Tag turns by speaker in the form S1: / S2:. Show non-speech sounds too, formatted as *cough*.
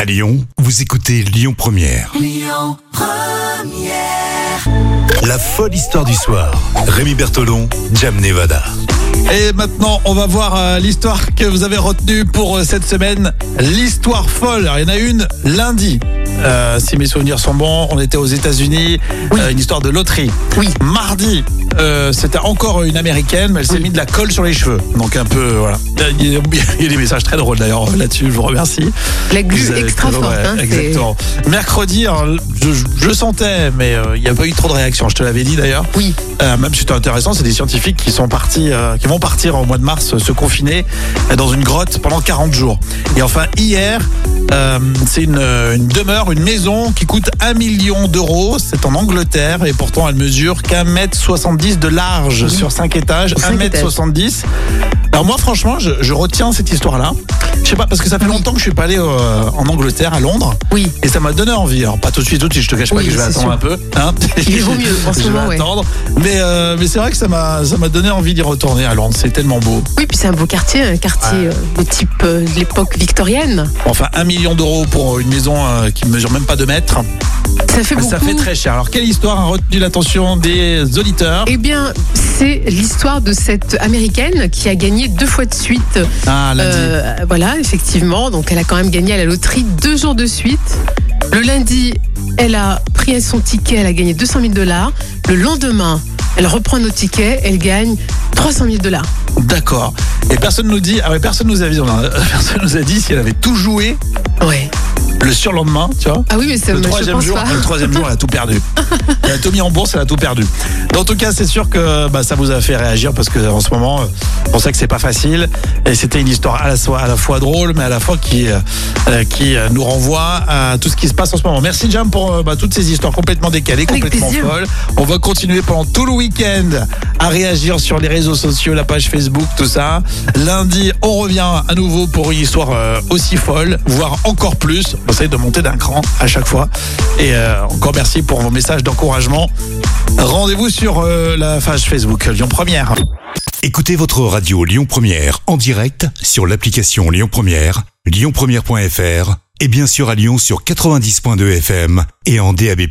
S1: À Lyon, vous écoutez Lyon Première. Lyon Première. La folle histoire du soir. Rémi Bertolon, Jam Nevada.
S2: Et maintenant, on va voir euh, l'histoire que vous avez retenue pour euh, cette semaine. L'histoire folle. Alors, il y en a une lundi. Euh, si mes souvenirs sont bons, on était aux États-Unis. Euh, une histoire de loterie.
S3: Oui.
S2: Mardi, euh, c'était encore une américaine, mais elle s'est mis de la colle sur les cheveux. Donc, un peu, voilà. Il y a, il y a des messages très drôles d'ailleurs euh, là-dessus. Je vous remercie.
S3: La
S2: Vous
S3: glu
S2: avez-
S3: extra
S2: ouais,
S3: forte. hein, c'est-
S2: exactement. Mercredi, alors, je, je- je sentais, mais euh, il n'y a pas eu trop de réactions. Je te l'avais dit d'ailleurs.
S3: Oui,
S2: Euh, même si c'était intéressant, c'est des scientifiques qui sont partis, euh, qui vont partir au mois de mars euh, se confiner euh, dans une grotte pendant 40 jours. Et enfin hier, euh, c'est une, euh, une demeure, une maison qui coûte 1 million d'euros. C'est en Angleterre et pourtant elle mesure qu'un mètre 70 de large sur 5 étages.
S3: Cinq
S2: 1 mètre
S3: étages.
S2: 70. Alors moi franchement, je, je retiens cette histoire-là. Je sais pas parce que ça fait longtemps que je suis pas allé euh, en Angleterre, à Londres.
S3: oui.
S2: Et ça m'a donné envie. Alors, pas tout de suite, tout de suite, je te cache pas
S3: Oui,
S2: que je vais
S3: c'est
S2: attendre
S3: sûr.
S2: un peu. Hein
S3: Il vaut mieux,
S2: *laughs*
S3: en ce
S2: Je vais
S3: moment, ouais.
S2: attendre. Mais, euh, mais c'est vrai que ça m'a ça m'a donné envie d'y retourner à Londres. C'est tellement beau.
S3: Oui, puis c'est un beau quartier, un quartier euh, de type euh, de l'époque victorienne.
S2: Enfin, un million d'euros pour une maison euh, qui ne mesure même pas 2 mètres.
S3: Ça fait beaucoup.
S2: Ah, Ça fait très cher. Alors, quelle histoire a retenu l'attention des auditeurs
S3: Eh bien, c'est l'histoire de cette américaine qui a gagné deux fois de suite.
S2: Ah, lundi.
S3: Euh, voilà, effectivement. Donc, elle a quand même gagné à la loterie deux jours de suite. Le lundi, elle a pris son ticket, elle a gagné 200 000 dollars. Le lendemain, elle reprend nos tickets, elle gagne 300 000 dollars.
S2: D'accord. Et personne nous dit, ah ouais, personne nous a dit, on a- *laughs* personne nous a dit si elle avait tout joué
S3: Ouais.
S2: le surlendemain, tu vois.
S3: Ah oui, mais ça
S2: Le
S3: me- je
S2: troisième,
S3: pense
S2: jour,
S3: pas.
S2: le troisième jour, elle a tout
S3: *laughs*
S2: perdu. Elle a tout mis en bourse, elle a tout perdu. En tout cas, c'est sûr que bah, ça vous a fait réagir parce que en ce moment, euh, on sait que c'est pas facile. Et c'était une histoire à la, fois, à la fois drôle, mais à la fois qui, euh, euh, qui euh, nous renvoie à tout ce qui se passe en ce moment. Merci Jam pour euh, bah, toutes ces histoires complètement décalées,
S3: Avec
S2: complètement
S3: plaisir.
S2: folles. On va continuer pendant tout le week-end à réagir sur les réseaux sociaux, la page Facebook, tout ça. Lundi, on revient à nouveau pour une histoire euh, aussi folle, voire encore plus. On essaye de monter d'un cran à chaque fois. Et euh, encore merci pour vos messages d'encouragement. Rendez-vous sur euh, la page Facebook Lyon Première.
S1: Écoutez votre radio Lyon Première en direct sur l'application Lyon Première, lyonpremière.fr et bien sûr à Lyon sur 90.2 FM et en DAB+.